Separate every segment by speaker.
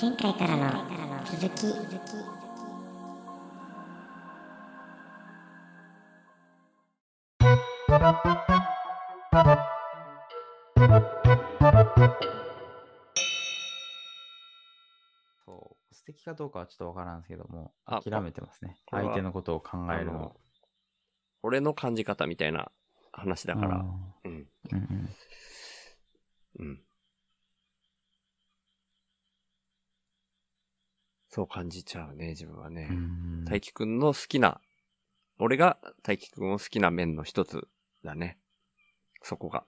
Speaker 1: 前回からの続き
Speaker 2: そう、素敵かどうかはちょっとわからんですけども、
Speaker 3: あ
Speaker 2: 諦めてますね。
Speaker 3: これは
Speaker 2: 相手のことを考えるのを。
Speaker 3: 俺の感じ方みたいな話だから。う
Speaker 2: う
Speaker 3: ん。
Speaker 2: んうん
Speaker 3: うん。そう感じちゃうね、自分はね
Speaker 2: う。ん。
Speaker 3: 大輝くんの好きな、俺が大輝くんを好きな面の一つだね。そこが。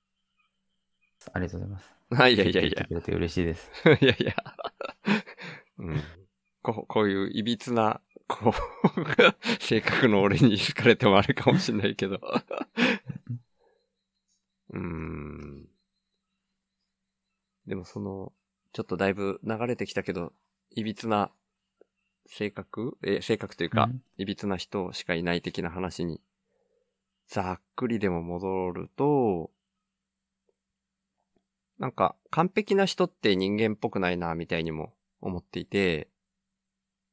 Speaker 2: ありがとうございます。
Speaker 3: あいやいや
Speaker 2: 言っ
Speaker 3: い
Speaker 2: て
Speaker 3: や
Speaker 2: く。れて嬉しいです。
Speaker 3: いやいや。うん。こう、こういう歪な、こう、 性格の俺に好かれてもあるかもしれないけど。 うーん。でもその、ちょっとだいぶ流れてきたけど、歪な性格え、性格というか
Speaker 2: う、ん
Speaker 3: 歪な人しかいない的な話に、ざっくりでも戻ると、なんか、完璧な人って人間っぽくないな、みたいにも思っていて、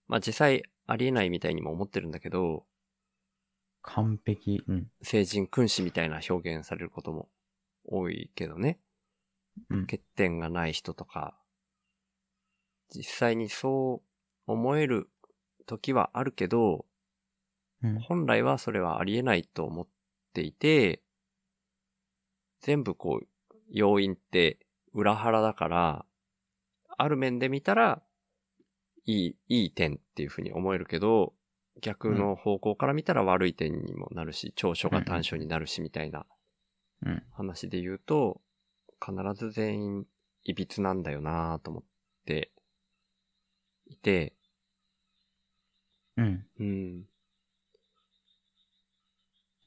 Speaker 3: まあ実際ありえないみたいにも思ってるんだけど、
Speaker 2: 完璧。うん。
Speaker 3: 成人君子みたいな表現されることも多いけどね。
Speaker 2: うん
Speaker 3: 欠点がない人とか、実際にそう思える時はあるけど、
Speaker 2: うん
Speaker 3: 本来はそれはありえないと思っていて、全部こう、要因って裏腹だから、ある面で見たら、いい、いい点っていうふうに思えるけど、逆の方向から見たら悪い点にもなるし、長所が短所になるしみたいな
Speaker 2: うん
Speaker 3: 話で言うと、必ず全員、いびつなんだよなぁと思っていて、
Speaker 2: うん。
Speaker 3: うん。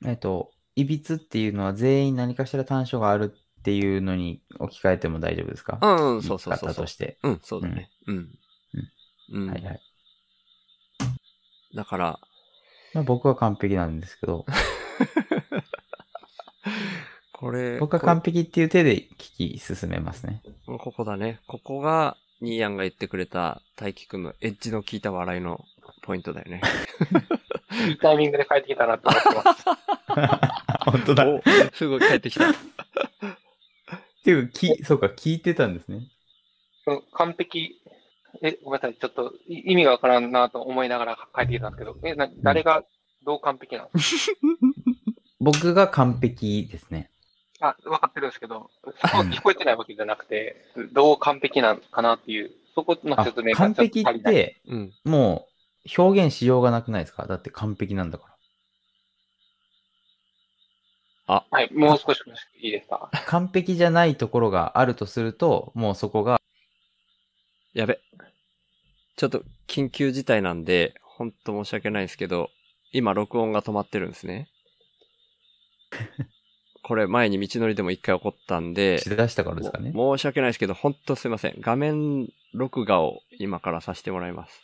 Speaker 2: えっと、いびつっていうのは全員何かしら短所があるっていうのに置き換えても大丈夫ですか
Speaker 3: うん、
Speaker 2: ん
Speaker 3: そうそうそうそ
Speaker 2: と
Speaker 3: う。
Speaker 2: して。
Speaker 3: うん、そうだね。うん。うん。
Speaker 2: はいはい。
Speaker 3: だから、
Speaker 2: まあ僕は完璧なんですけど、
Speaker 3: これ、
Speaker 2: 僕は完璧っていう手で聞き進めますね。
Speaker 3: こここだね。ここが、ニーヤンが言ってくれた、大輝くんのエッジの効いた笑いのポイントだよね。
Speaker 4: い いタイミングで帰ってきたなと思ってます。
Speaker 2: 本当だ。っ
Speaker 3: おすごい帰ってきた。
Speaker 2: ていうか、き、そうか、聞いてたんですね。
Speaker 4: うん完璧。え、ごめんなさい。ちょっとい意味がわからんなと思いながら帰ってきたんですけど、え、な誰がどう完璧なの
Speaker 2: 僕が完璧ですね。
Speaker 4: あ、分かってるんですけど、そこは聞こえてないわけじゃなくて、どう完璧なのかなっていう、そこの
Speaker 2: あ
Speaker 4: 説明が
Speaker 2: 完璧
Speaker 4: ちょっと足
Speaker 2: っ
Speaker 4: りない。
Speaker 2: て、
Speaker 3: うん。
Speaker 2: もう表現しようがなくないですかだって完璧なんだか
Speaker 4: はい、もう少しいいですか。
Speaker 2: ら。完璧じゃないところがあるとすると、もうそこが、
Speaker 3: やべ。ちょっと、緊急事態なんで、ほんと申し訳ないですけど、今、録音が止まってるんで すね。これ、前に道のりでも一回起こったんで、
Speaker 2: しだしたからですかね。
Speaker 3: も申し訳ないですけど、ほんとすいません。画面録画を今からさせてもらいます。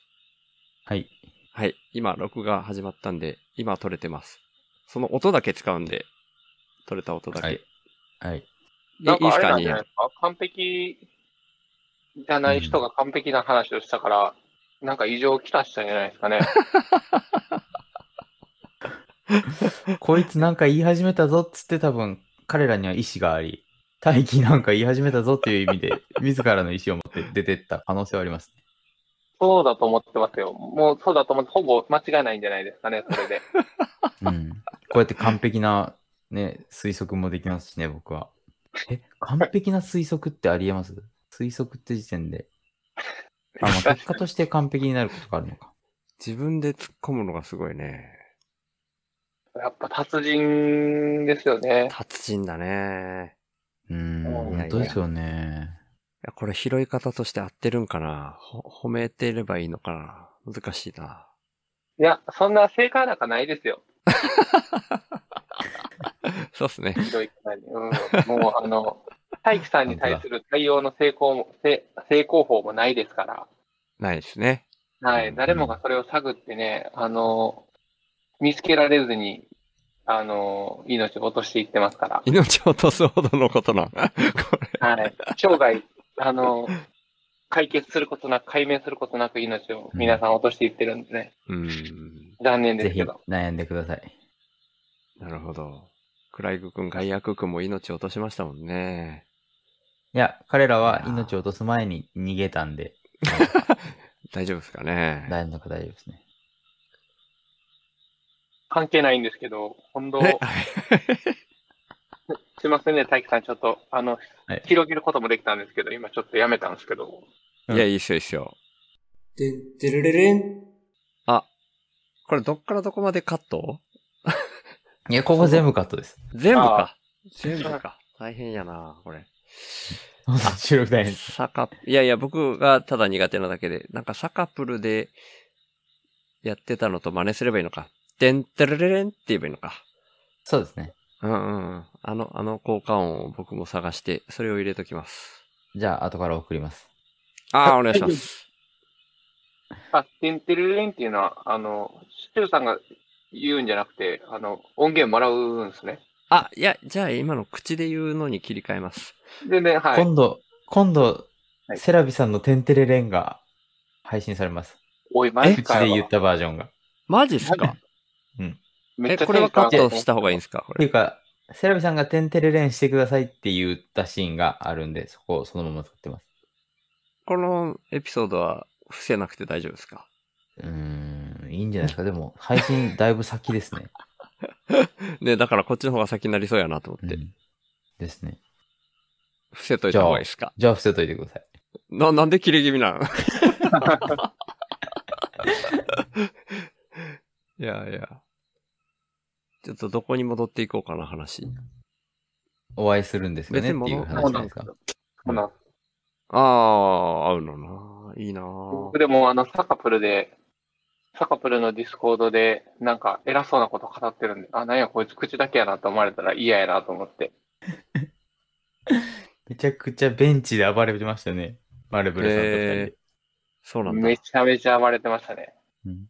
Speaker 2: はい。
Speaker 3: はい。今、録画始まったんで、今撮れてます。その音だけ使うんで、撮れた音だけ。、
Speaker 2: はいい。はい。
Speaker 3: い
Speaker 4: なん
Speaker 3: い
Speaker 4: か
Speaker 3: っ
Speaker 4: あ
Speaker 3: す
Speaker 4: れ
Speaker 3: か
Speaker 4: なん
Speaker 3: ニ
Speaker 4: じ
Speaker 3: ーヤ
Speaker 4: ゃな
Speaker 3: ン
Speaker 4: いですか完璧じゃない人が完璧な話をしたから、なんか異常をきたしたんじゃないですかね。
Speaker 2: こいつなんか言い始めたぞっつって多分、彼らには意志があり、大義なんか言い始めたぞっていう意味で、自らの意志を持って出てった可能性はあります。
Speaker 4: そうだと思ってますよ。もうそうだと思って、ほぼ間違いないんじゃないですかね、それで。
Speaker 2: うん。こうやって完璧な、ね、推測もできますしね、僕は。え、完璧な推測ってありえます推測って時点で。あ、まあ、結果として完璧になることがあるのか。
Speaker 3: 自分で突っ込むのがすごいね。
Speaker 4: やっぱ達人ですよね。
Speaker 3: 達人だね。
Speaker 2: うーん、
Speaker 4: うん
Speaker 2: 本当ですよね。
Speaker 3: いや、これ拾い方として合ってるんかなほ褒めてればいいのかな難しいな。
Speaker 4: いや、そんな正解なんかないですよ。
Speaker 3: そうっすね。
Speaker 4: ひどいくらいにうん、もう、あの、 大輝さんに対する対応の成功も、せ成功法もないですから。
Speaker 3: ないですね。
Speaker 4: は
Speaker 3: う
Speaker 4: い。
Speaker 3: ん
Speaker 4: 誰もがそれを探ってね、あの、見つけられずに、あの、命を落としていってますから。
Speaker 3: 命を落とすほどのことな。これ。
Speaker 4: はい。生涯、あの、解決することなく、解明することなく命を皆さん落としていってるんでね、
Speaker 3: うん。
Speaker 4: 残念で
Speaker 2: ぜ
Speaker 4: す
Speaker 2: ひ
Speaker 4: けど。
Speaker 2: 悩んでください。
Speaker 3: なるほど。クライグ君、ガイアク君も命を落としましたもんね。
Speaker 2: いや、彼らはい
Speaker 3: やー
Speaker 2: 命を落とす前に逃げたんで、
Speaker 3: 大丈夫ですかね。
Speaker 2: 大丈夫大丈夫ですね。
Speaker 4: 関係ないんですけど、今度、
Speaker 3: え
Speaker 4: すいませんね、大輝さん、ちょっと、あの
Speaker 2: はい、
Speaker 4: 広げることもできたんですけど、今ちょっとやめたんですけど、
Speaker 3: いや、いいっしょ、いいっしょ。
Speaker 5: てんてるれれん。
Speaker 3: これ、どっからどこまでカット
Speaker 2: いや、ここ全部カットです。
Speaker 3: 全部か。全部か。大変やな、これ。
Speaker 2: 収録大変です。
Speaker 3: サカ、いやいや、僕がただ苦手なだけで、なんかサカプルでやってたのと真似すればいいのか。てんてれれれんって言えばいいのか。
Speaker 2: そうですね。
Speaker 3: うんうんうん。あの、あの効果音を僕も探して、それを入れときます。
Speaker 2: じゃあ、後から送ります。
Speaker 3: ああ、お願いします。
Speaker 4: あ、てんてるれんっていうのは、あの、シュウさんが言うんじゃなくて、あの、音源もらうんですね。
Speaker 3: あ、いや、じゃあ今の口で言うのに切り替えます。
Speaker 4: 全然、はい。
Speaker 2: 今度、今度、
Speaker 4: はい
Speaker 2: セラビさんのテンテレレンが配信されます。
Speaker 4: おい、マ
Speaker 2: う
Speaker 4: ジ
Speaker 2: ち
Speaker 4: か
Speaker 2: で言っ
Speaker 4: よ。
Speaker 2: たバージョンが。っ
Speaker 3: マジっすか
Speaker 4: め
Speaker 3: え、
Speaker 4: っちゃ
Speaker 3: これはカッ
Speaker 4: テンション上が
Speaker 3: ト
Speaker 4: って
Speaker 3: した方がいいんですかこ
Speaker 2: てい
Speaker 3: れ。
Speaker 2: うか、セラビさんがテンテレレンしてくださいって言ったシーンがあるんで、そこをそのまま使ってます。
Speaker 3: このエピソードは伏せなくて大丈夫ですか
Speaker 2: うーん、いいんじゃないですか。でも、配信だいぶ先ですね。
Speaker 3: ね、だからこっちの方が先になりそうやなと思
Speaker 2: う
Speaker 3: って。
Speaker 2: んですね。
Speaker 3: 伏せといた方がいいですか
Speaker 2: じゃあ、伏せといてください。
Speaker 3: な、なんで切れ気味なんいやいや。ちょっとどこに戻っていこうかな、話。
Speaker 2: お会いするんですよねって
Speaker 3: 別に
Speaker 2: いう
Speaker 3: 戻
Speaker 2: 話じ
Speaker 4: そう
Speaker 2: ゃ
Speaker 4: な
Speaker 2: なんいです
Speaker 4: で
Speaker 2: すか。
Speaker 4: そうなんです
Speaker 3: ああ、合うのな。いいな。
Speaker 4: 僕でも、あの、サカプルで、サカプルのディスコードで、なんか偉そうなこと語ってるんで、あ、なんや、こいつ口だけやなと思われたら嫌やなと思って。
Speaker 2: めちゃくちゃベンチで暴れてましたね。マルブルさんと二人
Speaker 3: え
Speaker 2: で
Speaker 3: ー。、そうなんだ。
Speaker 4: めちゃめちゃ暴れてましたね。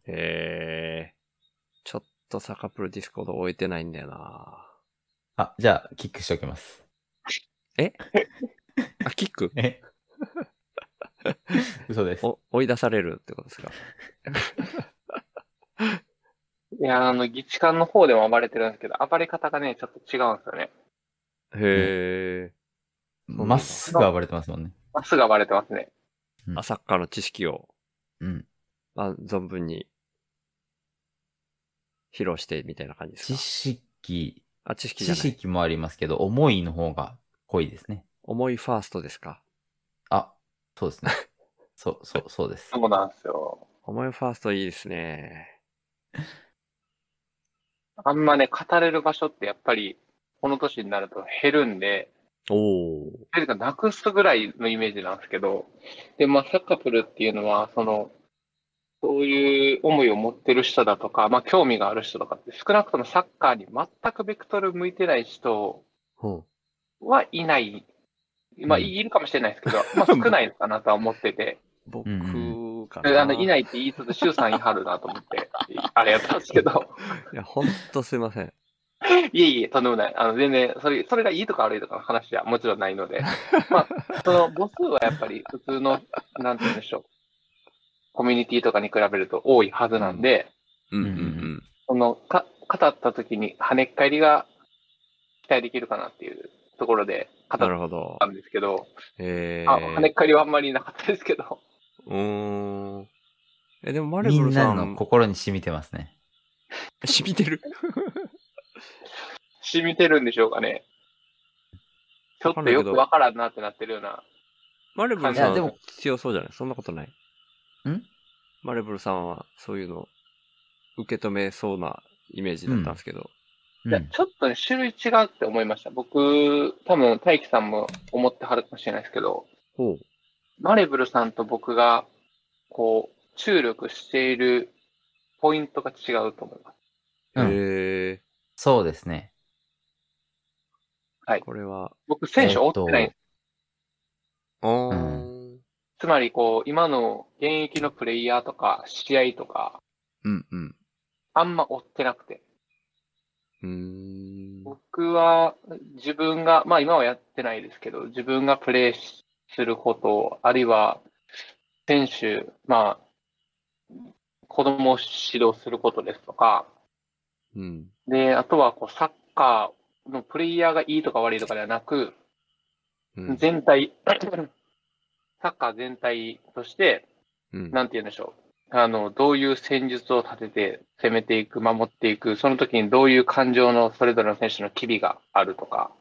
Speaker 3: えー、ちょっとサカプルディスコード置いてないんだよな。
Speaker 2: あ、じゃあ、キックしておきます。
Speaker 3: あ、キック
Speaker 2: え嘘です。
Speaker 3: お追い出されるってことですか
Speaker 4: いや、あの、議事官の方でも暴れてるんですけど、暴れ方がね、ちょっと違うんですよね。
Speaker 3: へ
Speaker 2: まっすぐ暴れてますもんね。
Speaker 4: まっすぐ暴れてますね。
Speaker 3: ー、あサッカーの知識を、
Speaker 2: うん。
Speaker 3: まあ、存分に、披露して、みたいな感じです
Speaker 2: 知
Speaker 3: か
Speaker 2: 識、
Speaker 3: あ、知識じゃ
Speaker 2: 知
Speaker 3: ない。
Speaker 2: 識もありますけど、思いの方が濃いですね。
Speaker 3: 思いファーストですか
Speaker 2: あ、そうですね。 そう、そう、そうです。
Speaker 4: そうなんですよ。
Speaker 3: 思いファーストいいですね。
Speaker 4: あんまね、語れる場所ってやっぱり、この年になると減るんで、
Speaker 3: おお。
Speaker 4: というかなくすぐらいのイメージなんですけど、で、まあ、サッカプルっていうのは、その、そういう思いを持ってる人だとか、まあ、興味がある人とかって、少なくともサッカーに全くベクトル向いてない人
Speaker 3: ほ
Speaker 4: はいない。まあ、
Speaker 2: うん
Speaker 4: いるかもしれないですけど、まあ、少ないのかなとは思ってて、
Speaker 3: う僕
Speaker 2: うん
Speaker 3: かな。。
Speaker 4: であの、いないいって言いつつ、シュウさんいはるなと思って、あれやったんですけど、
Speaker 3: いや、ほんとすいません。
Speaker 4: いえいえ、とんでもない。あの、全然、それ、それがいいとか悪いとかの話じゃもちろんないので、まあ、その母数はやっぱり普通の、なんて言うんでしょう、コミュニティとかに比べると多いはずなんで、
Speaker 3: うん
Speaker 2: うんうん
Speaker 4: その、か、語った時に跳ねっ返りが期待できるかなっていうところで語
Speaker 3: なる
Speaker 4: っ
Speaker 3: ほど
Speaker 4: た。んですけど、
Speaker 3: え
Speaker 4: あ、跳ねっ
Speaker 3: ー。
Speaker 4: 返りはあんまりなかったですけど、
Speaker 3: うーん。え、でもマレ
Speaker 2: み
Speaker 3: ブ
Speaker 2: ん
Speaker 3: ルさ、
Speaker 2: なんの心に染みてますね。
Speaker 3: 染みてる。
Speaker 4: 染みてるんでしょうかね。ちょっとよくわからんなってなってるような、
Speaker 3: マレブル
Speaker 4: い
Speaker 3: さ
Speaker 4: や
Speaker 2: で
Speaker 3: ん
Speaker 2: も、
Speaker 3: 強そうじゃないそんなことない。
Speaker 2: ん
Speaker 3: マレブルさんは、そういうの、受け止めそうなイメージだったんですけど。
Speaker 2: う
Speaker 4: いや
Speaker 2: ん。
Speaker 4: ちょっとね、種類違うって思いました。僕、多分、大輝さんも思ってはるかもしれないですけど、
Speaker 3: ほう。
Speaker 4: マレブルさんと僕が、こう、注力しているポイントが違うと思います。
Speaker 2: うん
Speaker 3: へえ。
Speaker 2: そうですね。
Speaker 3: これは、
Speaker 4: 僕、選手追ってないん
Speaker 2: え
Speaker 4: で
Speaker 2: っ
Speaker 4: す。
Speaker 3: あー
Speaker 2: うん
Speaker 4: つまり、こう、今の現役のプレイヤーとか、試合とか、
Speaker 3: うんうん。
Speaker 4: あんま追ってなくて。
Speaker 3: うーん。
Speaker 4: 僕は、自分が、まあ今はやってないですけど、自分がプレイすること、あるいは、選手、まあ、子供を指導することですとか、
Speaker 3: うん。
Speaker 4: で、あとはこうサッカーのプレイヤーがいいとか悪いとかではなく、
Speaker 3: うん。
Speaker 4: 全体、 サッカー全体として、
Speaker 3: うん。
Speaker 4: なんて言うんでしょう。あの、どういう戦術を立てて攻めていく、守っていく、その時にどういう感情のそれぞれの選手の機微があるとか、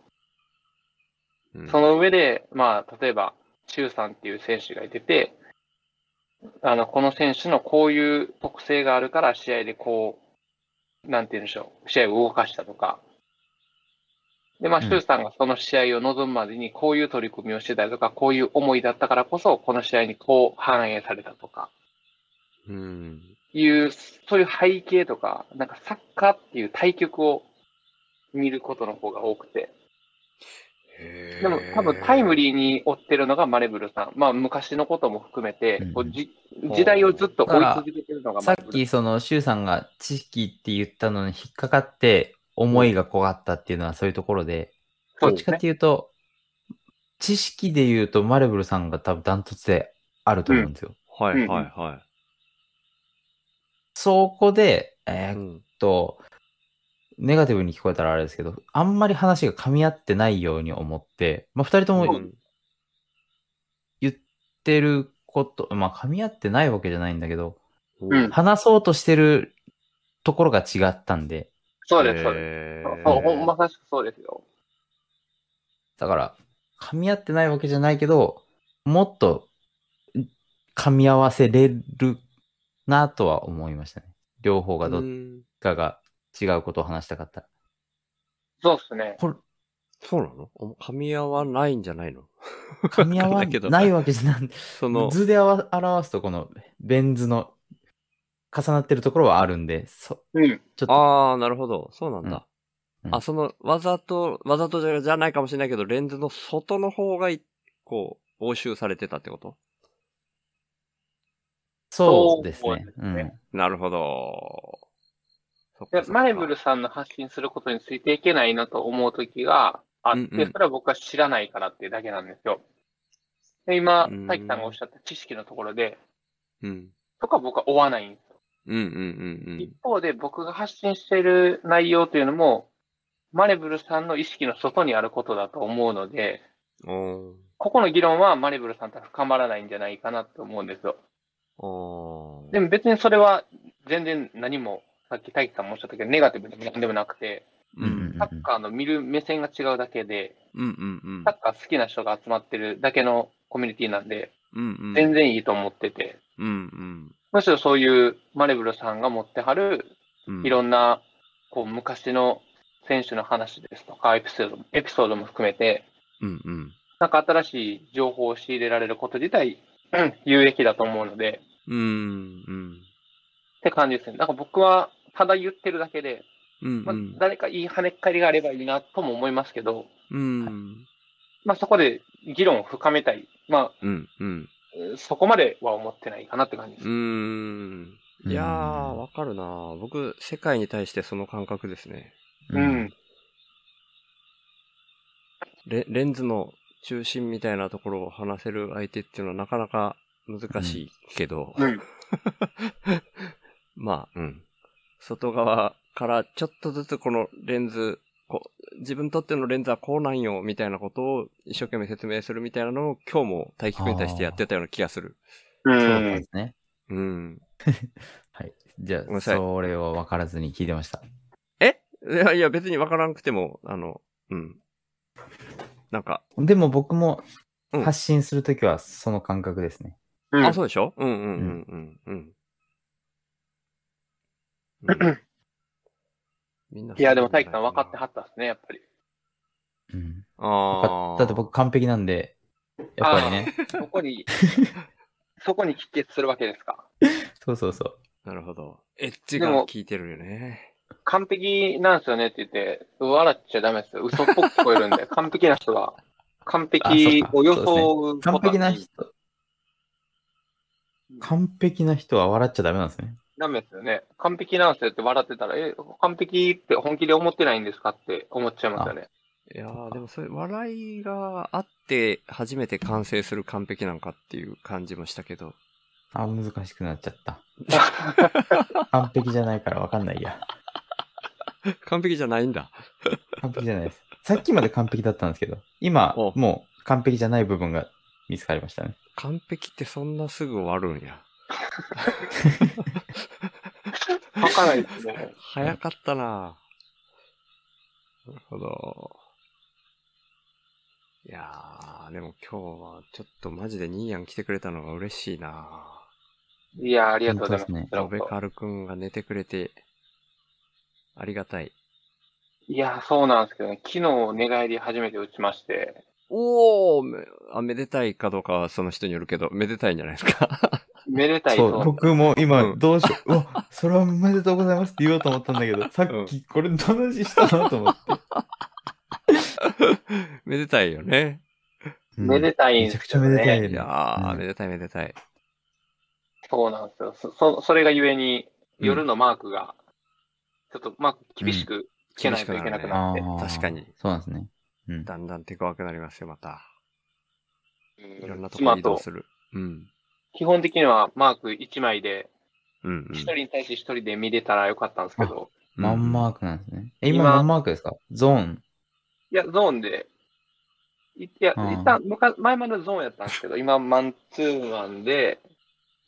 Speaker 3: うん
Speaker 4: その上で、まあ、例えば、中さんっていう選手がいてて、あの、この選手のこういう特性があるから、試合でこう、なんて言うんでしょう、試合を動かしたとか。で、まあ、
Speaker 2: うん
Speaker 4: 周さんがその試合を望むまでに、こういう取り組みをしてたりとか、こういう思いだったからこそ、この試合にこう反映されたとか、
Speaker 3: うん。
Speaker 4: いう、そういう背景とか、なんかサッカーっていう対局を見ることの方が多くて、でも多分タイム
Speaker 3: リ
Speaker 4: リーに追ってるのがマレブルさん。まあ昔のことも含めて、
Speaker 2: うん
Speaker 4: こうじ時代をずっと追い続けてるのが
Speaker 2: さ
Speaker 4: マ
Speaker 2: っ
Speaker 4: レブル
Speaker 2: き、その、シュウさんが知識って言ったのに引っかかって、思いが濃かったっていうのはそういうところで、
Speaker 4: そ
Speaker 2: ど
Speaker 4: う
Speaker 2: っ
Speaker 4: で
Speaker 2: ち
Speaker 4: す
Speaker 2: か
Speaker 4: ね
Speaker 2: っていうと、知識で言うと、マレブルさんが多分ダントツであると思うんですよ。
Speaker 3: ー。はい
Speaker 4: うん
Speaker 3: はいは
Speaker 2: そこで、
Speaker 3: い。
Speaker 2: えー
Speaker 3: う
Speaker 2: っ
Speaker 3: ん
Speaker 2: と、ネガティブに聞こえたらあれですけど、あんまり話が噛み合ってないように思って、まあ、二人とも
Speaker 3: う
Speaker 2: 言っ
Speaker 3: ん
Speaker 2: てること、まあ、噛み合ってないわけじゃないんだけど、
Speaker 4: うん
Speaker 2: 話そうとしてるところが違ったんで、
Speaker 4: そうです、そうです。
Speaker 3: へ
Speaker 4: そう
Speaker 3: ー
Speaker 4: そうほんまさしくそうですよ。
Speaker 2: だから、噛み合ってないわけじゃないけど、もっとん噛み合わせれるなとは思いましたね。両方がどっ
Speaker 3: うん
Speaker 2: かが違うことを話したかったら。
Speaker 4: そうですね。
Speaker 2: これ
Speaker 3: そうなのお噛み合わないんじゃないの
Speaker 2: 噛み合
Speaker 3: わか
Speaker 2: わ
Speaker 3: んないけど
Speaker 2: ないわけじゃない。
Speaker 3: その、
Speaker 2: 図で表表すと、このベン図の重なってるところはあるんで、そ
Speaker 4: うん。
Speaker 2: ちょっと、
Speaker 3: ああ、なるほど。そうなんだ。
Speaker 2: うんうん
Speaker 3: あ、その、わざと、わざとじゃじゃないかもしれないけど、レンズの外の方がい、こう、押収されてたってこと
Speaker 2: そうです
Speaker 4: そう
Speaker 2: ね
Speaker 4: で。す
Speaker 2: う
Speaker 4: ね
Speaker 2: ん。
Speaker 3: なるほど。そっ
Speaker 4: で
Speaker 3: かそっか
Speaker 4: マレブルさんの発信することについていけないなと思うときがあって、
Speaker 3: うんうん
Speaker 4: それは僕は知らないからっていうだけなんですよ。で今
Speaker 3: うん、
Speaker 4: さっきさんがおっしゃった知識のところで、
Speaker 3: うん。
Speaker 4: とか僕は追わないんですよ。
Speaker 3: うんうんうんうん
Speaker 4: 一。方で僕が発信している内容というのも、マレブルさんの意識の外にあることだと思うので、
Speaker 3: おー
Speaker 4: ここの議論はマレブルさんとは深まらないんじゃないかなと思うんですよ。
Speaker 3: おー
Speaker 4: でも別にそれは全然何も、さっき大輝さんもおっしゃったけど、ネガティブでも何でもなくて、
Speaker 2: うんうん
Speaker 4: サッカーの見る目線が違うだけで、
Speaker 3: うんうんうん
Speaker 4: サッカー好きな人が集まってるだけのコミュニティなんで、
Speaker 3: うんうん。
Speaker 4: 全然いいと思ってて、
Speaker 3: うん
Speaker 4: むしろそういうマレブルさんが持ってはる
Speaker 3: うん。
Speaker 4: いろんな、こう、昔の選手の話ですとか、エピソード、エピソードも含めて、
Speaker 3: うんうん。
Speaker 4: なんか新しい情報を仕入れられること自体、うん有益だと思うので、
Speaker 3: うんうん。
Speaker 4: って感じですね。なんか僕は、ただ言ってるだけで、
Speaker 3: うん
Speaker 4: ま
Speaker 3: う
Speaker 4: あ
Speaker 3: ん。
Speaker 4: 誰かいい跳ねっ返りがあればいいなとも思いますけど、
Speaker 3: うん
Speaker 4: まあそこで議論を深めたい。ま
Speaker 3: うんうん。
Speaker 4: あ、そこまでは思ってないかなって感じで
Speaker 3: う
Speaker 4: す。
Speaker 3: ん。いやー、
Speaker 2: うん
Speaker 3: わかるな僕、世界に対してその感覚ですね。
Speaker 4: う。ん。
Speaker 3: レレンズの中心みたいなところを話せる相手っていうのはなかなか難しいけど、
Speaker 4: うん。
Speaker 3: まあ、うん。外側からちょっとずつこのレンズ、こう自分にとってのレンズはこうなんよ、みたいなことを一生懸命説明するみたいなのを今日も大輝くんに対してやってたような気がする。
Speaker 4: う
Speaker 2: そうだったんで
Speaker 4: ん。
Speaker 2: すね。
Speaker 3: うん。
Speaker 2: はい。じゃ
Speaker 3: ごめん
Speaker 2: あ、
Speaker 3: なさい
Speaker 2: それを分からずに聞いてました。
Speaker 3: えいやいや、別にわからなくても、あの、うん。なんか、
Speaker 2: でも僕も
Speaker 3: うん
Speaker 2: 発信するときはその感覚ですね。
Speaker 4: うん
Speaker 3: あ、そうでしょうんうんうんうんうん。うん、みんな。
Speaker 4: いや、でも大輝さん分かってはったですね、やっぱり。
Speaker 2: うん。
Speaker 3: ああ。
Speaker 2: だって僕完璧なんで、やっぱりね。
Speaker 4: そこに、そこに帰結するわけですか。
Speaker 2: そうそうそう。
Speaker 3: なるほど。エッジ
Speaker 4: で
Speaker 3: が
Speaker 4: も
Speaker 3: 効いてるよね。
Speaker 4: 完璧なんですよねって言って、笑っちゃダメですよ。嘘っぽく聞こえる んで、完璧な人は、完璧を装うこと
Speaker 2: 完
Speaker 4: は
Speaker 2: 璧な人。完璧な人は笑っちゃダメなんですね。
Speaker 4: ダメですよね。完璧なんですよって笑ってたら、え、完璧って本気で思ってないんですかって思っちゃいますよね。
Speaker 3: いやー、でもそれ、笑いがあって、初めて完成する完璧なんかっていう感じもしたけど。
Speaker 2: あ、難しくなっちゃ った。完璧じゃないからわかんないや。
Speaker 3: 完璧じゃないんだ。
Speaker 2: 完璧じゃないです。さっきまで完璧だったんですけど、今
Speaker 3: お、
Speaker 2: もう完璧じゃない部分が見つかりましたね。
Speaker 3: 完璧ってそんなすぐ終わるんや。
Speaker 4: 書かないですね。
Speaker 3: 早かったなぁなるほど。いやー、でも今日はちょっとマジでニーヤン来てくれたのが嬉しいない
Speaker 4: や、ありがとうございます。
Speaker 2: 本当ですね
Speaker 4: こちら
Speaker 3: ぁ。ロ
Speaker 4: こ
Speaker 3: ベカルくんが寝てくれて、ありがたい。
Speaker 4: そいや、そうなんですけどね、昨日寝返り初めて打ちまして、
Speaker 3: おーめあ、めでたいかどうかはその人によるけど、めでたいんじゃないですか。
Speaker 4: めでたい
Speaker 2: そう、
Speaker 4: と、
Speaker 2: 僕も今
Speaker 3: う、ん
Speaker 2: どうしよう、うわ、それはおめでとうございますって言おうと思ったんだけど、さっき、これ、どの字したのと思って。
Speaker 3: めでたいよね。
Speaker 2: うん
Speaker 4: めでたいん
Speaker 2: め
Speaker 4: で
Speaker 2: ちゃ
Speaker 4: す
Speaker 2: くち
Speaker 4: け
Speaker 2: ゃ
Speaker 4: ど
Speaker 2: めでたい
Speaker 4: ね。
Speaker 2: ね。
Speaker 3: いやー、
Speaker 2: うん
Speaker 3: めでたいめでたい。
Speaker 4: そうなんですよ。そそそれがゆえに、
Speaker 2: うん
Speaker 4: 夜のマークが、ちょっとマーク厳しくつけないといけなくなって、
Speaker 2: あー
Speaker 3: 確かに。
Speaker 2: そうなんですね。うん。
Speaker 3: だんだん手怖くなりますよ、また。いろんなとこ
Speaker 4: 今
Speaker 3: に移動
Speaker 4: と
Speaker 3: す、る。うん。
Speaker 4: 基本的にはマーク1枚で、
Speaker 3: うん、うん。
Speaker 4: 1人に対して1人で見れたらよかったんですけど、
Speaker 2: マンマークなんですね。え、今、
Speaker 4: 今
Speaker 2: マンマークですかゾーン。
Speaker 4: いや、ゾーンで、いいや、
Speaker 2: あー
Speaker 4: 一旦、むか前までゾーンやったんですけど、今、マンツーマンで、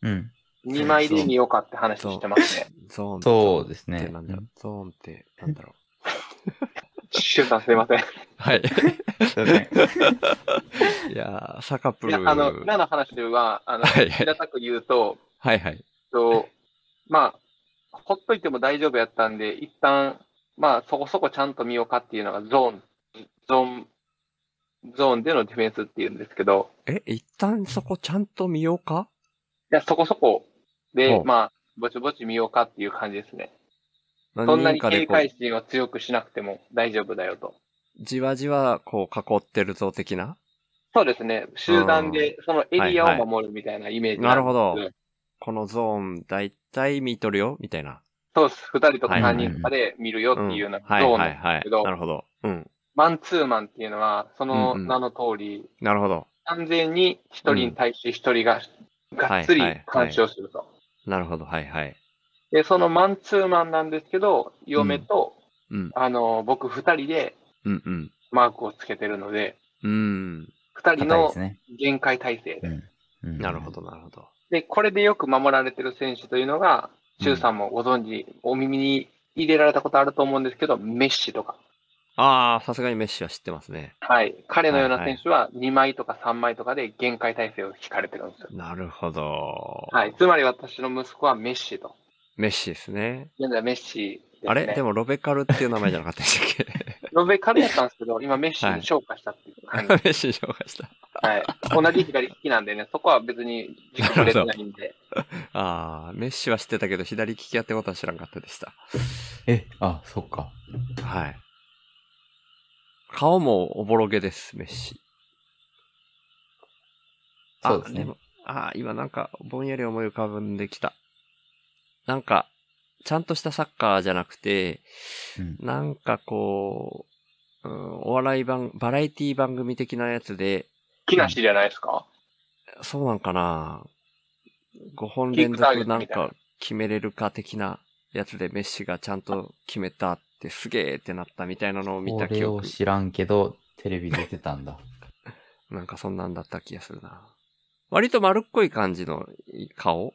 Speaker 2: うん。
Speaker 4: 2枚で見ようかって話してますね。
Speaker 3: ゾーン
Speaker 2: そうです
Speaker 3: って
Speaker 2: ね
Speaker 3: なんだろう。ゾーンってなんだろう。
Speaker 4: シュウさん すいません。い
Speaker 3: はい。
Speaker 2: うん
Speaker 3: いやー、サカプル。
Speaker 4: や、あの、7の話は、あの、
Speaker 3: はい
Speaker 4: 平たく言うと、
Speaker 3: はいはい。
Speaker 4: と、まあ、ほっといても大丈夫やったんで、一旦、まあ、そこそこちゃんと見ようかっていうのがゾーン、ゾーン、ゾーンでのディフェンスっていうんですけど、
Speaker 3: え、一旦そこちゃんと見ようか
Speaker 4: いや、そこそこで
Speaker 3: お、
Speaker 4: まあ、ぼちぼち見ようかっていう感じですね。そ
Speaker 3: 何
Speaker 4: ん
Speaker 3: 人
Speaker 4: なに
Speaker 3: かで
Speaker 4: 警
Speaker 3: こう
Speaker 4: 戒、心を強くしなくても大丈夫だよと。
Speaker 3: じわじわこう囲ってるぞ的な
Speaker 4: そうですね。集団で、そのエリ
Speaker 3: はい
Speaker 4: ア
Speaker 3: はい
Speaker 4: を守るみたいなイメージ
Speaker 3: なるほ
Speaker 4: ど。
Speaker 3: ど。このゾーンだいたい見とるよみたいな。
Speaker 4: そうです。二人とか
Speaker 3: はい
Speaker 2: はい
Speaker 4: 三人とかで見るよっていうようなゾ
Speaker 3: はい
Speaker 4: ーン
Speaker 3: は
Speaker 4: ないんで
Speaker 3: は
Speaker 4: す
Speaker 3: い
Speaker 4: け。ど
Speaker 3: な、るほど。うん。
Speaker 4: マンツーマンっていうのは、その
Speaker 3: うんうん
Speaker 4: 名の通り、
Speaker 3: なるほど。
Speaker 4: 完全に一人に対して一人ががっつり
Speaker 3: はいはいはい
Speaker 4: 監視をすると。
Speaker 3: なるほど。はいはい。
Speaker 4: で、そのマンツーマンなんですけど、嫁と、
Speaker 3: うん。
Speaker 4: あの、僕二人で
Speaker 3: うんうん。
Speaker 4: マークをつけてるので、
Speaker 3: うん。
Speaker 4: 二人
Speaker 2: 硬いで
Speaker 4: の
Speaker 2: すね。
Speaker 4: 限界体制で。
Speaker 2: うん
Speaker 3: なるほ。ど、なるほど。
Speaker 4: で、これでよく守られてる選手というのが、周さんもご存知、お耳に入れられたことあると思うんですけど、メッシとか。
Speaker 3: あー、さすがにメッシは知ってますね。
Speaker 4: はい。彼のよう
Speaker 3: は
Speaker 4: ない
Speaker 3: はい
Speaker 4: 選手は2枚とか3枚とかで限界体制を引かれてるんですよ。
Speaker 3: なるほど。
Speaker 4: はい。つまり私の息子はメッシと。
Speaker 3: メッシですね。
Speaker 4: 現在メッシです、ね。
Speaker 3: あれでもロベカルっていう名前じゃなかったでしたっ け
Speaker 4: ロベカルやったんですけど、今メッシに昇華したっていう
Speaker 3: メ
Speaker 4: 感じ。
Speaker 3: ッシ紹介した。
Speaker 4: はい。同じ左利きなんでね、そこは別に軸ぶれてないんで。
Speaker 3: ああ、メッシは知ってたけど、左利きやってことは知らんかったでした。
Speaker 2: え、あ、そっか。
Speaker 3: はい。顔もおぼろげです、メッシ。あ
Speaker 2: そうですね。
Speaker 3: もあー今なんか、ぼんやり思い浮かぶんできた。なんか、ちゃんとしたサッカーじゃなくて、
Speaker 2: うん
Speaker 3: なんかこう、うん、お笑い番、バラエティ番組的なやつで、
Speaker 4: 木梨じゃないですか、
Speaker 3: そうなんかな ?5 本
Speaker 4: キッ
Speaker 3: 連
Speaker 4: クターゲ
Speaker 3: 続
Speaker 4: ット
Speaker 3: な
Speaker 4: み
Speaker 3: ん
Speaker 4: たいな
Speaker 3: か決めれるか的なやつでメッシがちゃんと決めたってすげーってなったみたいなのを見た
Speaker 2: こ
Speaker 3: 記
Speaker 2: れを
Speaker 3: 憶。
Speaker 2: 知らんけど、テレビ出てたんだ。
Speaker 3: なんかそんなんだった気がするな。割と丸っこい感じの顔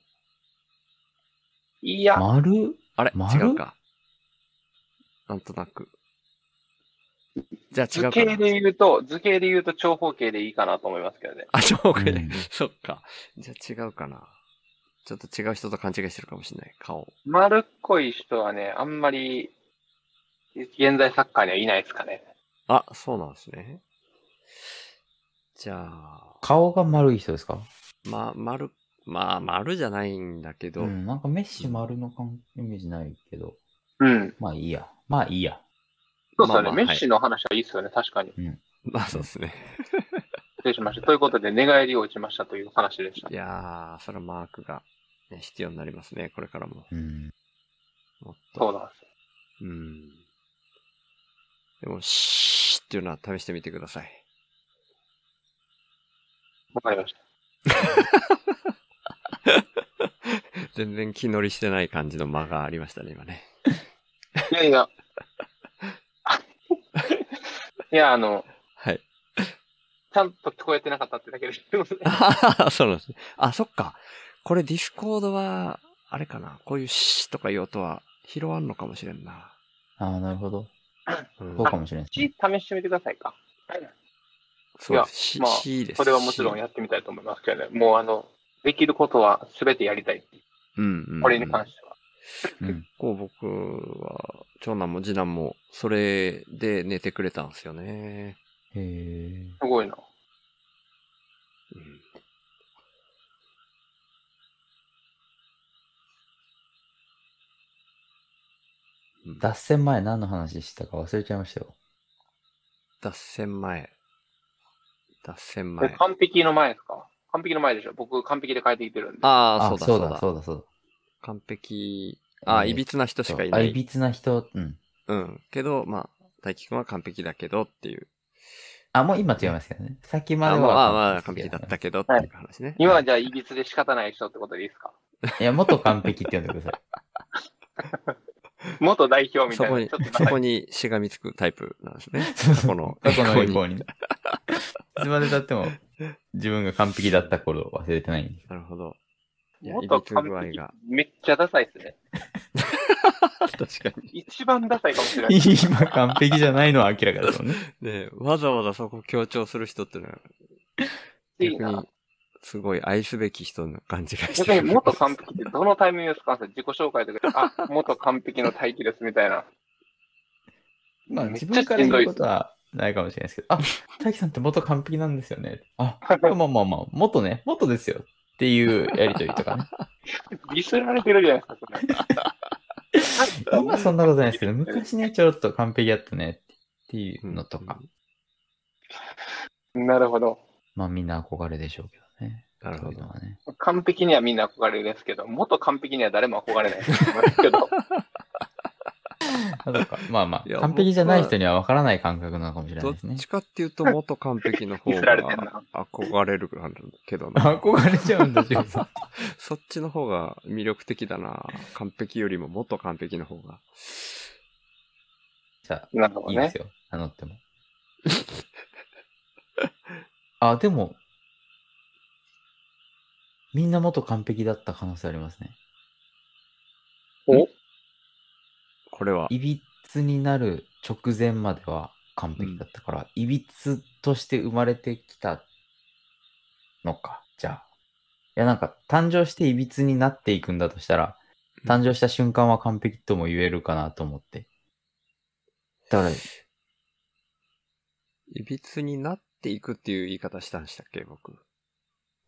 Speaker 4: いや、
Speaker 2: 丸
Speaker 3: あれ違
Speaker 2: 丸
Speaker 3: うか。なんとなく。じゃあ違
Speaker 4: 図
Speaker 3: うか
Speaker 4: 形
Speaker 3: な。
Speaker 4: で言うと、図形で言うと長方形でいいかなと思いますけどね。
Speaker 3: あ、そうか、
Speaker 2: うん
Speaker 3: そっか。じゃあ違うかな。ちょっと違う人と勘違いしてるかもしれない。顔。
Speaker 4: 丸っこい人はね、あんまり、現在サッカーにはいないですかね。
Speaker 3: あ、そうなんですね。じゃあ、
Speaker 2: 顔が丸い人ですか
Speaker 3: ま、丸、まあ、丸じゃないんだけど、
Speaker 2: うん、なんかメッシ丸の感イメージないけど、
Speaker 4: うん。
Speaker 2: まあいいや。まあいいや。
Speaker 4: そうですよね。
Speaker 3: まあまあ
Speaker 4: メッシの話はいいですよね。確かに。
Speaker 3: まあそうですね。
Speaker 4: 失礼しました。ということで、寝返りを打ちましたという話でした
Speaker 3: い。やー、それはマークが、ね、必要になりますね、これからも。
Speaker 2: うん。
Speaker 3: もっと。
Speaker 4: そうなんです。
Speaker 3: うん。でも、シーっていうのは試してみてください。
Speaker 4: わかりました。
Speaker 3: 全然気乗りしてない感じの間がありましたね、今ね。
Speaker 4: いや いや。いや、あの、
Speaker 3: はい。
Speaker 4: ちゃんと聞こえてなかったってだけです。
Speaker 3: あそうなんですね。あ、そっか。これディスコードは、あれかな。こういうシーとかいう音は拾わんのかもしれんな。
Speaker 2: ああ、なるほど。
Speaker 3: うん
Speaker 2: そうかもしれないですね
Speaker 4: 試してみてくださいか。
Speaker 3: そうです。
Speaker 4: い
Speaker 3: シ
Speaker 4: やまあ
Speaker 3: シーです。
Speaker 4: それはもちろんやってみたいと思いますけどね。もう、あの、できることは全てやりたい。
Speaker 3: シーうんうんうん
Speaker 4: これに関しては。
Speaker 2: うん。
Speaker 3: こう僕は、長男も次男も、それで寝てくれたんですよね。
Speaker 2: へえ。
Speaker 4: すごいな。
Speaker 3: うんうん
Speaker 2: 脱線前何の話したか忘れちゃいましたよ。
Speaker 3: 脱線前。脱線
Speaker 4: え
Speaker 3: 前。
Speaker 4: 完璧の前ですか完璧の前でしょ僕、完璧で帰ってきてるんで。
Speaker 3: ああ、
Speaker 2: あ
Speaker 3: そうだ、そうだ。
Speaker 2: そうだ、そう
Speaker 3: 完璧。ああ、
Speaker 2: えー
Speaker 3: いびつな人
Speaker 2: だ。
Speaker 3: しかいな
Speaker 2: あい
Speaker 3: い。
Speaker 2: びつな人、うん。
Speaker 3: うん。けど、まあ、大輝くんは完璧だけどっていう。
Speaker 2: あ、もう今違いますけどね。さっきま
Speaker 3: あ
Speaker 2: では。
Speaker 3: まあまあ、完璧だったけどっていう話ね。
Speaker 4: 今はじゃあ、いびつで仕方ない人ってことでいいですか
Speaker 2: いや、もっと完璧って呼んでください。
Speaker 4: 元代表みた
Speaker 3: そ
Speaker 4: い
Speaker 3: こ
Speaker 4: な。
Speaker 3: に
Speaker 4: ちょっと、
Speaker 3: そ
Speaker 4: なんか
Speaker 3: こにしがみつくタイプなんです ね。
Speaker 2: そう
Speaker 3: 過去の
Speaker 2: 過去の
Speaker 3: 過去
Speaker 2: 栄
Speaker 3: に
Speaker 2: 光に。いつまで経っても、自分が完璧だった頃を忘れてない んで。
Speaker 3: なるほ ど。いや、いび
Speaker 4: 元
Speaker 3: つ具合
Speaker 4: 完璧
Speaker 3: が。。
Speaker 4: めっちゃダサいですね。
Speaker 3: 確かに。
Speaker 4: 一番ダサいかもしれない。
Speaker 2: 今完璧じゃないのは明らかですもんね。
Speaker 3: ねわざわざそこ強調する人ってのは、
Speaker 4: いい
Speaker 3: 逆
Speaker 4: な
Speaker 3: に、すごい愛すべき人の感じがして
Speaker 4: 逆に元完璧ってどのタイミングですか自己紹介とかで、あ、元完璧の待機ですみた いな。
Speaker 2: まあ
Speaker 4: めっち
Speaker 2: 自
Speaker 4: ゃ
Speaker 2: 分から言うことはないかもしれないですけど、あ、 大輝さんって元完璧なんですよね。あ、まあまあまあ、元ね、元ですよ。っていうやりとりと かね。
Speaker 4: ディスられてるじゃないですか、それ。
Speaker 2: 今はそんなことないですけど、昔ね、ちょろっと完璧やったねっていうのとか、
Speaker 4: なるほど。
Speaker 2: まあみんな憧れでしょうけどね。
Speaker 3: なる
Speaker 2: そ
Speaker 3: ほ
Speaker 2: ういうの
Speaker 3: ど。
Speaker 2: はね。
Speaker 4: 完璧にはみんな憧れるですけど、元完璧には誰も憧れないです けど、
Speaker 2: あそうかまあま
Speaker 3: いや
Speaker 2: あ、完璧じゃない人には分からない感覚なのかもしれな
Speaker 3: ど
Speaker 2: い
Speaker 3: っ
Speaker 2: ですね。
Speaker 3: ちかっていうと元完璧の方
Speaker 4: ディスられてん
Speaker 3: が
Speaker 4: な。
Speaker 3: 憧れるなんだけど な。
Speaker 2: 憧れちゃうんだ、自分
Speaker 3: そっちの方が魅力的だな。完璧よりも元完璧の方が。
Speaker 2: じゃ
Speaker 4: なるほ
Speaker 2: あ、
Speaker 4: ど
Speaker 2: いいで
Speaker 4: ね
Speaker 2: す。よ。名乗っても。 あ、でも、みんな元完璧だった可能性ありますね。
Speaker 3: これはい
Speaker 2: びつになる直前までは完璧だったから、いびつとして生まれてきたのか、じゃあ。いや、なんか、誕生していびつになっていくんだとしたら、誕生した瞬間は完璧とも言えるかなと思って。だから、
Speaker 3: いびつになっていくっていう言い方したんでしたっけ、僕。
Speaker 2: い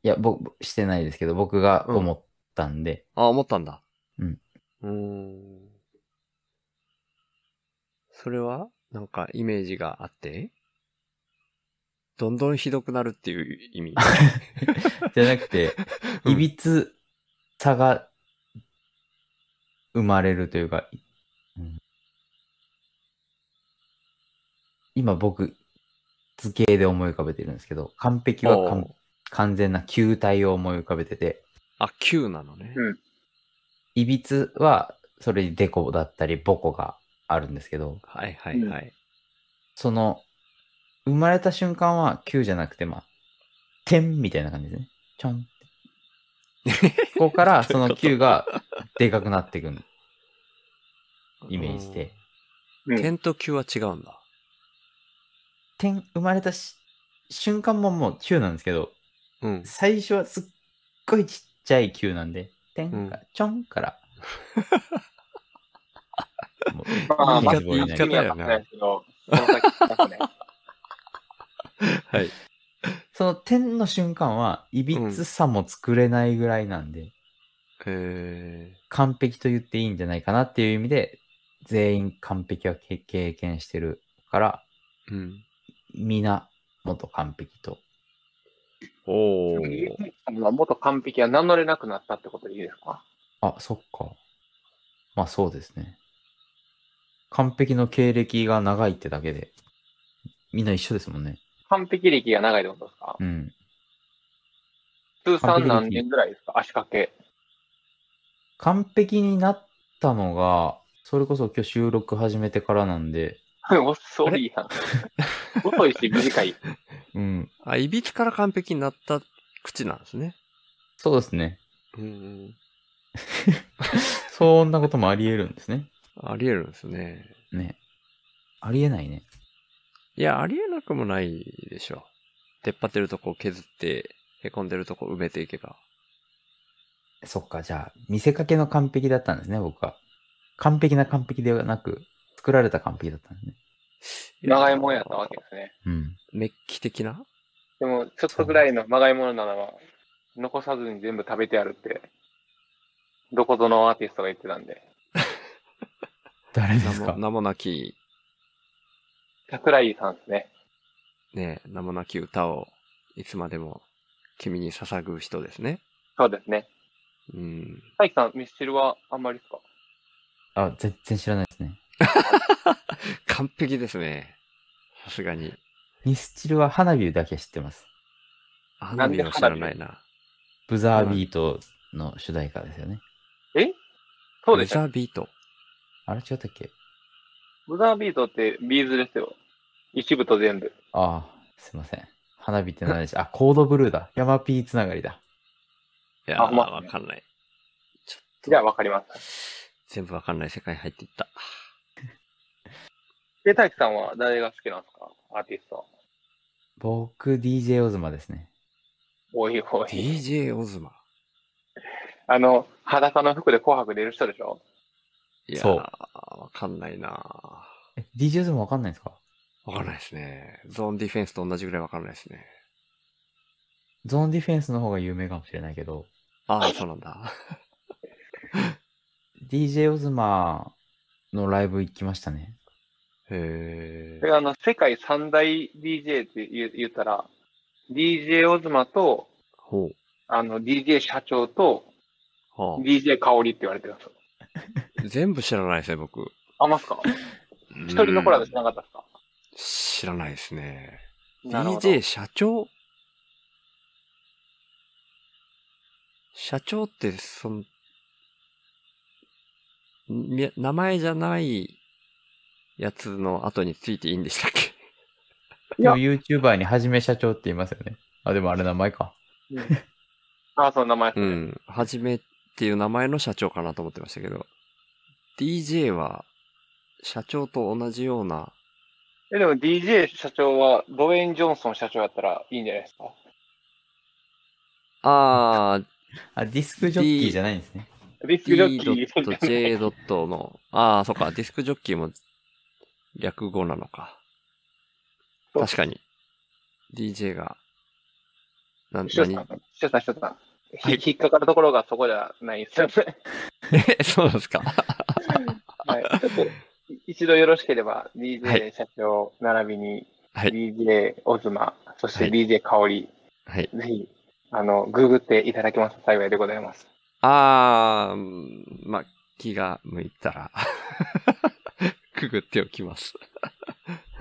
Speaker 2: や、僕、してないですけど、僕が思ったんで、
Speaker 3: あ、思ったんだ。
Speaker 2: うん。
Speaker 3: うーん。それは、なんかイメージがあって、どんどんひどくなるっていう 意味。
Speaker 2: じゃなくて、
Speaker 3: うん
Speaker 2: いびつさが生まれるというか、うん今僕、図形で思い浮かべてるんですけど、完璧は完
Speaker 3: おう
Speaker 2: 完全な球体を思い浮かべてて、
Speaker 3: あ、9なのね。
Speaker 2: いびつはそれにデコだったりボコがあるんですけど、
Speaker 3: はいはいはい。
Speaker 2: その、生まれた瞬間は球じゃなくて、まあ、点みたいな感じですね。ちょんって。ここからその球がでかくなっていくんイメージで。
Speaker 4: うん
Speaker 3: 点と9は違うんだ。
Speaker 2: 点、生まれたし瞬間ももう球なんですけど、
Speaker 3: うん。
Speaker 2: 最初はすっごいちっちゃい球なんで、点から、ちょんから。もう
Speaker 4: まあ、ま
Speaker 2: い
Speaker 4: あ、
Speaker 2: いズボンにな
Speaker 3: 言
Speaker 2: り
Speaker 3: い方
Speaker 4: 意味はわかんないですけど、その先聞きますね。
Speaker 3: はい。
Speaker 2: その点の瞬間は、いびつさも作れないぐらいなんで、
Speaker 3: え
Speaker 2: 完璧と言っていいんじゃないかなっていう意味で、全員完璧は経経験してるから、
Speaker 3: ー、うん。
Speaker 2: 皆元完璧と。
Speaker 3: お
Speaker 4: ゆ
Speaker 3: ー
Speaker 4: う。きさんは元完璧は名乗れなくなったってことでいいですか
Speaker 2: あ、そっか。まあそうですね。完璧の経歴が長いってだけで、みんな一緒ですもんね。
Speaker 4: 完璧歴が長いってことですか
Speaker 2: うん。
Speaker 4: 通算何年ぐらいですか足掛け。
Speaker 2: 完璧になったのが、それこそ今日収録始めてからなんで、
Speaker 4: 遅いやん。遅いし短い。
Speaker 2: うん、
Speaker 3: あ、いびきから完璧になった口なんですね。
Speaker 2: そうですね。
Speaker 3: うんうん。
Speaker 2: そんなこともあり得るんですね。
Speaker 3: あり得るんですね。
Speaker 2: ね。ありえないね。
Speaker 3: いや、ありえなくもないでしょ。出っ張ってるとこを削って、凹んでるとこ埋めていけば。
Speaker 2: そっか、じゃあ、見せかけの完璧だったんですね、僕は。完璧な完璧ではなく、作られた完璧だったんですね。
Speaker 4: 長いもんやったわけですね。
Speaker 2: うん。
Speaker 3: メッキ的な
Speaker 4: でも、ちょっとぐらいのまがいものならば、残さずに全部食べてやるって、どこぞのアーティストが言ってたんで、
Speaker 2: 誰で
Speaker 3: 名
Speaker 2: す
Speaker 3: も、
Speaker 2: か
Speaker 3: 名もなき、
Speaker 4: 桜井さんですね。
Speaker 3: ね、名もなき歌を、いつまでも君に捧ぐ人ですね。
Speaker 4: そうですね。
Speaker 3: うん。
Speaker 4: 大樹さん、ミスチルはあんまりですか
Speaker 2: あ、全然知らないですね。
Speaker 3: 完璧ですね。さすがに。
Speaker 2: ミスチルは花火だけ知ってます。
Speaker 3: 花火を知らないな。
Speaker 2: ブザービートの主題歌ですよね。
Speaker 4: えそうで
Speaker 3: レ
Speaker 4: した
Speaker 3: ザービート。
Speaker 2: あれ違ったっけ
Speaker 4: ブザービートってビーズですよ。一部と全部。
Speaker 2: ああ、すいません。花火って何でしたあ、コードブルーだ。ヤマピーつながりだ。
Speaker 3: いやー、
Speaker 4: あまあ
Speaker 3: わかんない。ちょっと。
Speaker 4: じゃあわかります。
Speaker 3: 全部わかんない世界に入っていった。
Speaker 4: で、大樹さんは誰が好きなんですかアーティストは。
Speaker 2: 僕、DJ オズマですね。
Speaker 4: おいおい。
Speaker 3: DJ オズマ。
Speaker 4: あの、裸の服で紅白出る人でしょ
Speaker 3: いやー、
Speaker 2: そう
Speaker 3: わかんないな
Speaker 2: え、DJ オズマわかんないんですか
Speaker 3: わかんないですね。ゾーンディフェンスと同じぐらいわかんないですね。
Speaker 2: ゾーンディフェンスの方が有名かもしれないけど、
Speaker 3: ああ、そうなんだ。
Speaker 2: DJ オズマのライブ行きましたね。
Speaker 3: へ
Speaker 4: であの、世界三大 DJ って言う言ったら、DJ オズマと、
Speaker 3: ほう。
Speaker 4: あの、DJ 社長と、
Speaker 3: は
Speaker 4: DJ 香りって言われてるんですよ。
Speaker 3: あ、全部知らないですね、僕。
Speaker 4: あ、ますか一人のコラボしなかったですか
Speaker 3: 知らないですね。
Speaker 4: なるほど
Speaker 3: DJ 社長社長って、その、み名前じゃないやつの後についていいんでしたっけ
Speaker 4: いや
Speaker 2: でも YouTuber にはじめ社長って言いますよね。あ、でもあれ名前か。
Speaker 4: あ、その名前です
Speaker 3: う
Speaker 4: ね。
Speaker 3: ん。はじめっていう名前の社長かなと思ってましたけど、DJ は社長と同じような、
Speaker 4: え、でも DJ 社長は、ドウェイン・ジョンソン社長やったらいいんじゃないですか
Speaker 3: あー、
Speaker 2: あ、ディスクジョッキーじゃないんですね。
Speaker 4: ディスクジョッキーじゃない
Speaker 3: d.j. の、ああ、そっか、ディスクジョッキーも略語なのか。
Speaker 4: そう
Speaker 3: 確かに。DJ が、なん、
Speaker 4: シュウさ
Speaker 3: 何
Speaker 4: ん、シュウさん、シュウさん。ひ
Speaker 3: はい
Speaker 4: 引っかかるところがそこじゃないですよね。
Speaker 3: え、 そうなんですか。
Speaker 4: はい。ちょっと、い一度よろしければ、
Speaker 3: は
Speaker 4: DJ
Speaker 3: い
Speaker 4: 社長、並びに、
Speaker 3: はい。
Speaker 4: DJ オズマ、そし
Speaker 3: は
Speaker 4: て
Speaker 3: い
Speaker 4: DJ 香り、
Speaker 3: はい。
Speaker 4: ぜひ、あの、ググっていただけますと幸いでございます。
Speaker 3: ああ、うんまあ、気が向いたら、 くぐっておきます。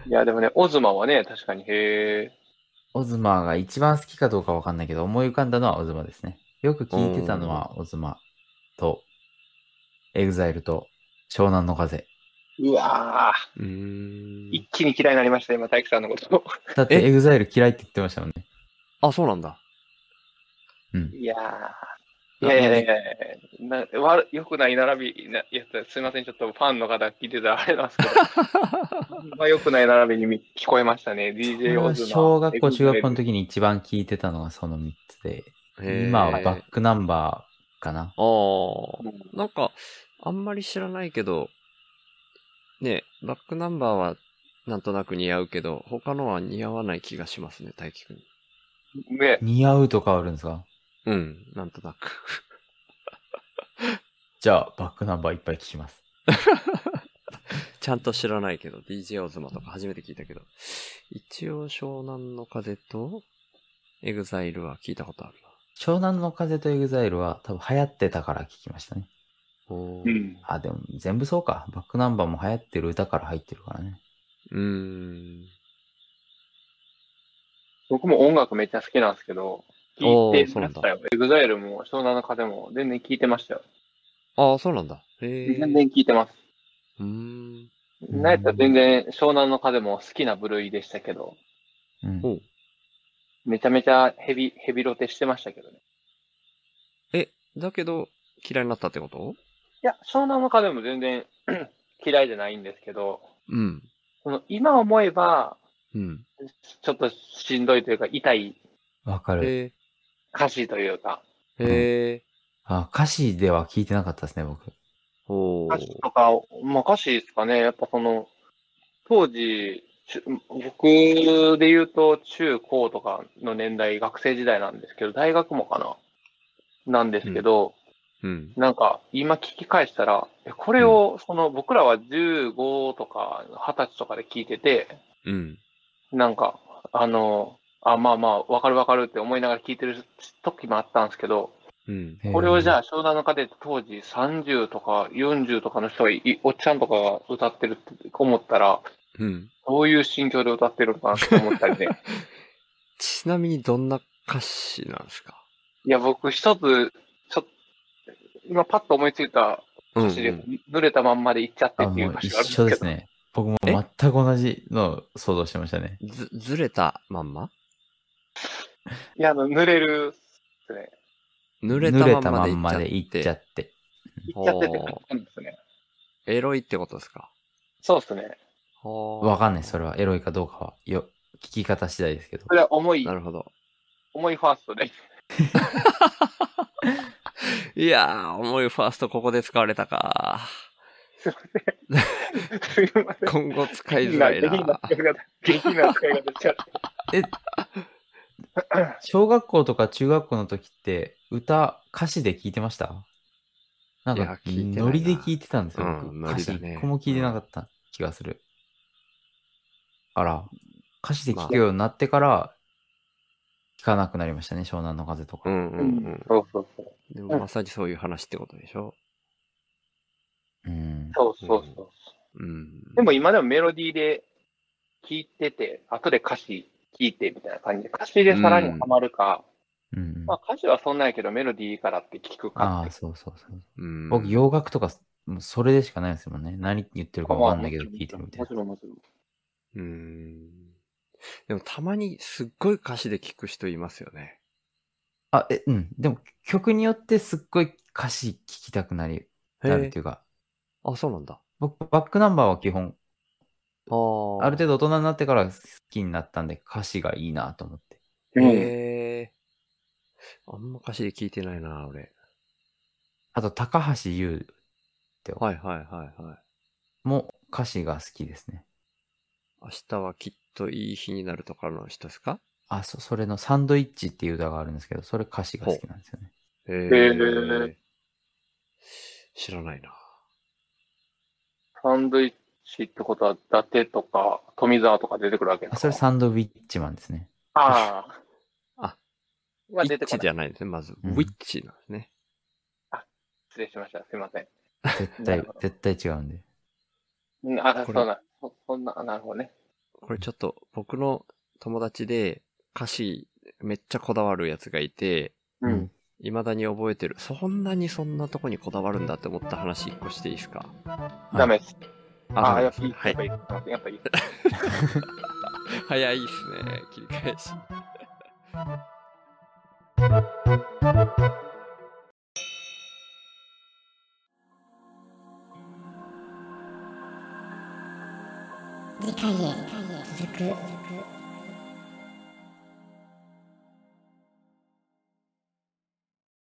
Speaker 4: いや、でもね、オズマはね、確かに、へえ。
Speaker 2: オズマが一番好きかどうかわかんないけど、思い浮かんだのはオズマですね。よく聞いてたのはオズマと、エグザイルと、湘南の風。
Speaker 4: うわ
Speaker 3: うーん
Speaker 4: 一。気に嫌いになりました、今、大樹さんのこと。
Speaker 2: だって
Speaker 3: え
Speaker 2: エグザイル嫌いって言ってましたもんね。
Speaker 3: あ、そうなんだ。
Speaker 4: いやー。いやいやいやいやな悪よくない並びなやつ、すいません、ちょっとファンの方聞いてたらあれなんですけど、 まあ、よくない並びに聞こえましたね、DJ オズマ。
Speaker 2: 小学校、中学校の
Speaker 4: 時
Speaker 2: 時に一番聞いてたのがその3つで、
Speaker 3: へー
Speaker 2: 今はバックナンバーかな。
Speaker 3: ああ、なんか、あんまり知らないけど、ねえバックナンバーはなんとなく似合うけど、他のは似合わない気がしますね、大輝くん。
Speaker 4: ね、
Speaker 2: 似合うとかあるんですか
Speaker 3: うん、なんとなく。
Speaker 2: じゃあ、バックナンバーいっぱい聞きます。
Speaker 3: ちゃんと知らないけど、DJ オズマとか初めて聞いたけど、一応湘南の風と、エグザイルは聞いたことある
Speaker 2: 湘南の風とエグザイルは多分流行ってたから聞きましたね。
Speaker 3: な。お
Speaker 4: う
Speaker 3: ー
Speaker 4: ん。
Speaker 2: あ、でも全部そうか。バックナンバーも流行ってる歌から入ってるからね。
Speaker 3: うーん。
Speaker 4: 僕も音楽めっちゃ好きなんですけど、聞いてましたよ。エグザイルも湘南の風も全然聞いてましたよ。
Speaker 3: ああ、そうなんだ。へえ。
Speaker 4: 全然聞いてます。
Speaker 3: うーん。
Speaker 2: うん
Speaker 4: なんやったら全然湘南の風も好きな部類でしたけど、
Speaker 2: うん
Speaker 3: お
Speaker 4: めちゃめちゃヘビ、ヘビロテしてましたけどね。
Speaker 3: え、だけど、嫌いになったってこと
Speaker 4: いや、湘南の風も全然 嫌いじゃないんですけど、
Speaker 3: うん。
Speaker 4: その今思えば、
Speaker 3: うん。
Speaker 4: ちょっとしんどいというか、痛い
Speaker 2: わかる。
Speaker 3: へ
Speaker 4: 歌詞というか、
Speaker 3: え。へえ。
Speaker 2: あ、歌詞では聞いてなかったですね、僕。
Speaker 3: お
Speaker 4: 歌詞
Speaker 3: ー。
Speaker 4: とかを、まあ歌詞ですかね、やっぱその、当時、ちゅ僕で言うと中高とかの年代、学生時代なんですけど、大学もかななんですけど、
Speaker 3: うん。
Speaker 4: なんか今聞き返したら、えこれを、その僕らは15とか20歳とかで聞いてて、
Speaker 3: うん。
Speaker 4: なんか、あの、あ、まあまあ、わかるわかるって思いながら聞いてる時もあったんですけど、
Speaker 3: うん。
Speaker 2: へー
Speaker 4: これをじゃあ、湘南の風って当時30とか40とかの人がい、おっちゃんとかが歌ってるって思ったら、
Speaker 3: うん。
Speaker 4: どういう心境で歌ってるのかなって思ったりね。
Speaker 3: ちなみにどんな歌詞なんですか
Speaker 4: いや、僕一つ、ちょっと、今パッと思いついた
Speaker 3: うんう
Speaker 4: 歌詞で
Speaker 3: ん。、
Speaker 4: 濡れたまんまで行っちゃって
Speaker 2: あ、
Speaker 4: ってい
Speaker 2: も
Speaker 4: う
Speaker 2: う
Speaker 4: 歌詞
Speaker 2: 一
Speaker 4: があ
Speaker 2: 緒
Speaker 4: るんで
Speaker 2: ですす
Speaker 4: けど、
Speaker 2: ね。僕も全く同じのを想像してましたね。
Speaker 3: ず、ずれたまんま
Speaker 4: いや、あの、濡れるっすね。
Speaker 3: 濡れ
Speaker 2: 濡れ
Speaker 3: た
Speaker 2: た
Speaker 3: ま
Speaker 2: ま
Speaker 3: ん
Speaker 2: んま
Speaker 3: ま
Speaker 2: で
Speaker 3: でい
Speaker 2: 行
Speaker 3: っ
Speaker 2: っ
Speaker 3: ち
Speaker 2: ちゃ
Speaker 3: ゃって。
Speaker 2: って。
Speaker 4: 行っちゃってて
Speaker 3: ほう
Speaker 4: 買ったんですね。
Speaker 3: エロいってことですか
Speaker 4: そうですね。
Speaker 2: わ
Speaker 3: わ
Speaker 2: かんない、それは。エロいかどうかは。よ、聞き方次第ですけど
Speaker 4: そ。れは重い
Speaker 3: な、るほど。
Speaker 4: 重いファーストで。
Speaker 3: いやー、重いファーストここで使われたか。
Speaker 4: すいません。
Speaker 3: 今後使いづらい
Speaker 4: 下品
Speaker 3: な。
Speaker 4: 下品な使い方、下品な使い方しちゃった。
Speaker 2: 小学校とか中学校の時って、歌、歌詞で聞いてましたなん
Speaker 3: いや
Speaker 2: か、
Speaker 3: 聞いてないな
Speaker 2: ノリで聞いてたんですよ、
Speaker 3: う
Speaker 2: 僕。
Speaker 3: んノ
Speaker 2: 歌
Speaker 3: リ
Speaker 2: 詞
Speaker 3: だね
Speaker 2: 一個も聞いてなかった気がする。あら、歌詞で聞くようになってから、聞かなくなりましたね、湘南の風と
Speaker 3: う
Speaker 2: か。
Speaker 3: んうんうん。
Speaker 4: そうそうそう。
Speaker 3: でもまさにそういう話ってことでしょ
Speaker 2: うん。
Speaker 4: そうそうそう。
Speaker 3: うん。
Speaker 4: でも今でもメロディーで聴いてて、後で歌詞聴いてみたいな感じで、歌詞でさらにハマるか、
Speaker 2: うん。
Speaker 4: まあ歌詞はそんなんやけどメロディーいいからって聞くか
Speaker 2: ああ、
Speaker 4: って。
Speaker 2: そうそうそう。
Speaker 3: うん、
Speaker 2: 僕、洋楽とか、もうそれでしかないですもんね。何言ってるか
Speaker 4: まあ
Speaker 2: わかんないけど聞いてるみたい
Speaker 4: もちろんもちろん。
Speaker 3: うん。でもたまにすっごい歌詞で聞く人いますよね。
Speaker 2: な。あ、え、うん。でも、曲によってすっごい歌詞聞きたくなり、なるっていうか、
Speaker 3: あ、そうなんだ。
Speaker 2: 僕、バックナンバーは基本、
Speaker 3: ああ。
Speaker 2: ある程度大人になってから好きになったんで、歌詞がいいなと思って。
Speaker 4: うん
Speaker 3: へえ。あんま歌詞で聞いてないな、俺。
Speaker 2: あと、高橋優って、
Speaker 3: はいはいはいはい。
Speaker 2: も歌詞が好きですね。
Speaker 3: 明日はきっといい日になるとかの人ですか
Speaker 2: あ、そ、それのサンドイッチっていう歌があるんですけど、それ歌詞が好きなんですよね。
Speaker 3: へ
Speaker 4: ー
Speaker 3: え。知らないな。
Speaker 4: サンドイッチってことは、伊達とか富澤とか出てくるわけです
Speaker 2: あ、
Speaker 4: か
Speaker 2: それサンドウィッチマンです ね。
Speaker 4: ああ。
Speaker 3: あ。
Speaker 4: は
Speaker 3: ウィ
Speaker 4: 出て
Speaker 3: ッチ
Speaker 4: こない
Speaker 3: じ。ゃないですね。まず、
Speaker 2: う
Speaker 3: ウ
Speaker 2: ん
Speaker 3: ィッチなんですね。
Speaker 4: 失礼しました。すいません。
Speaker 2: 絶
Speaker 4: なる
Speaker 2: 対
Speaker 4: ほど、
Speaker 2: 絶対違うんで。
Speaker 4: うんあ、
Speaker 3: こ
Speaker 4: そう
Speaker 3: れ
Speaker 4: なん。そそんな、なるほどね。
Speaker 3: これちょっと、僕の友達で歌詞めっちゃこだわるやつがいて、
Speaker 4: う
Speaker 2: うん
Speaker 4: ん。
Speaker 3: 未だに覚えてる。そんなにそんなとこにこだわるんだって思った話一個していいですか
Speaker 4: ダメです。ああ、
Speaker 3: は
Speaker 4: や
Speaker 3: い
Speaker 4: っぱいい。やっぱいい。やっぱいい。
Speaker 3: 早いっすね。切り返し。
Speaker 1: 次回へ続く。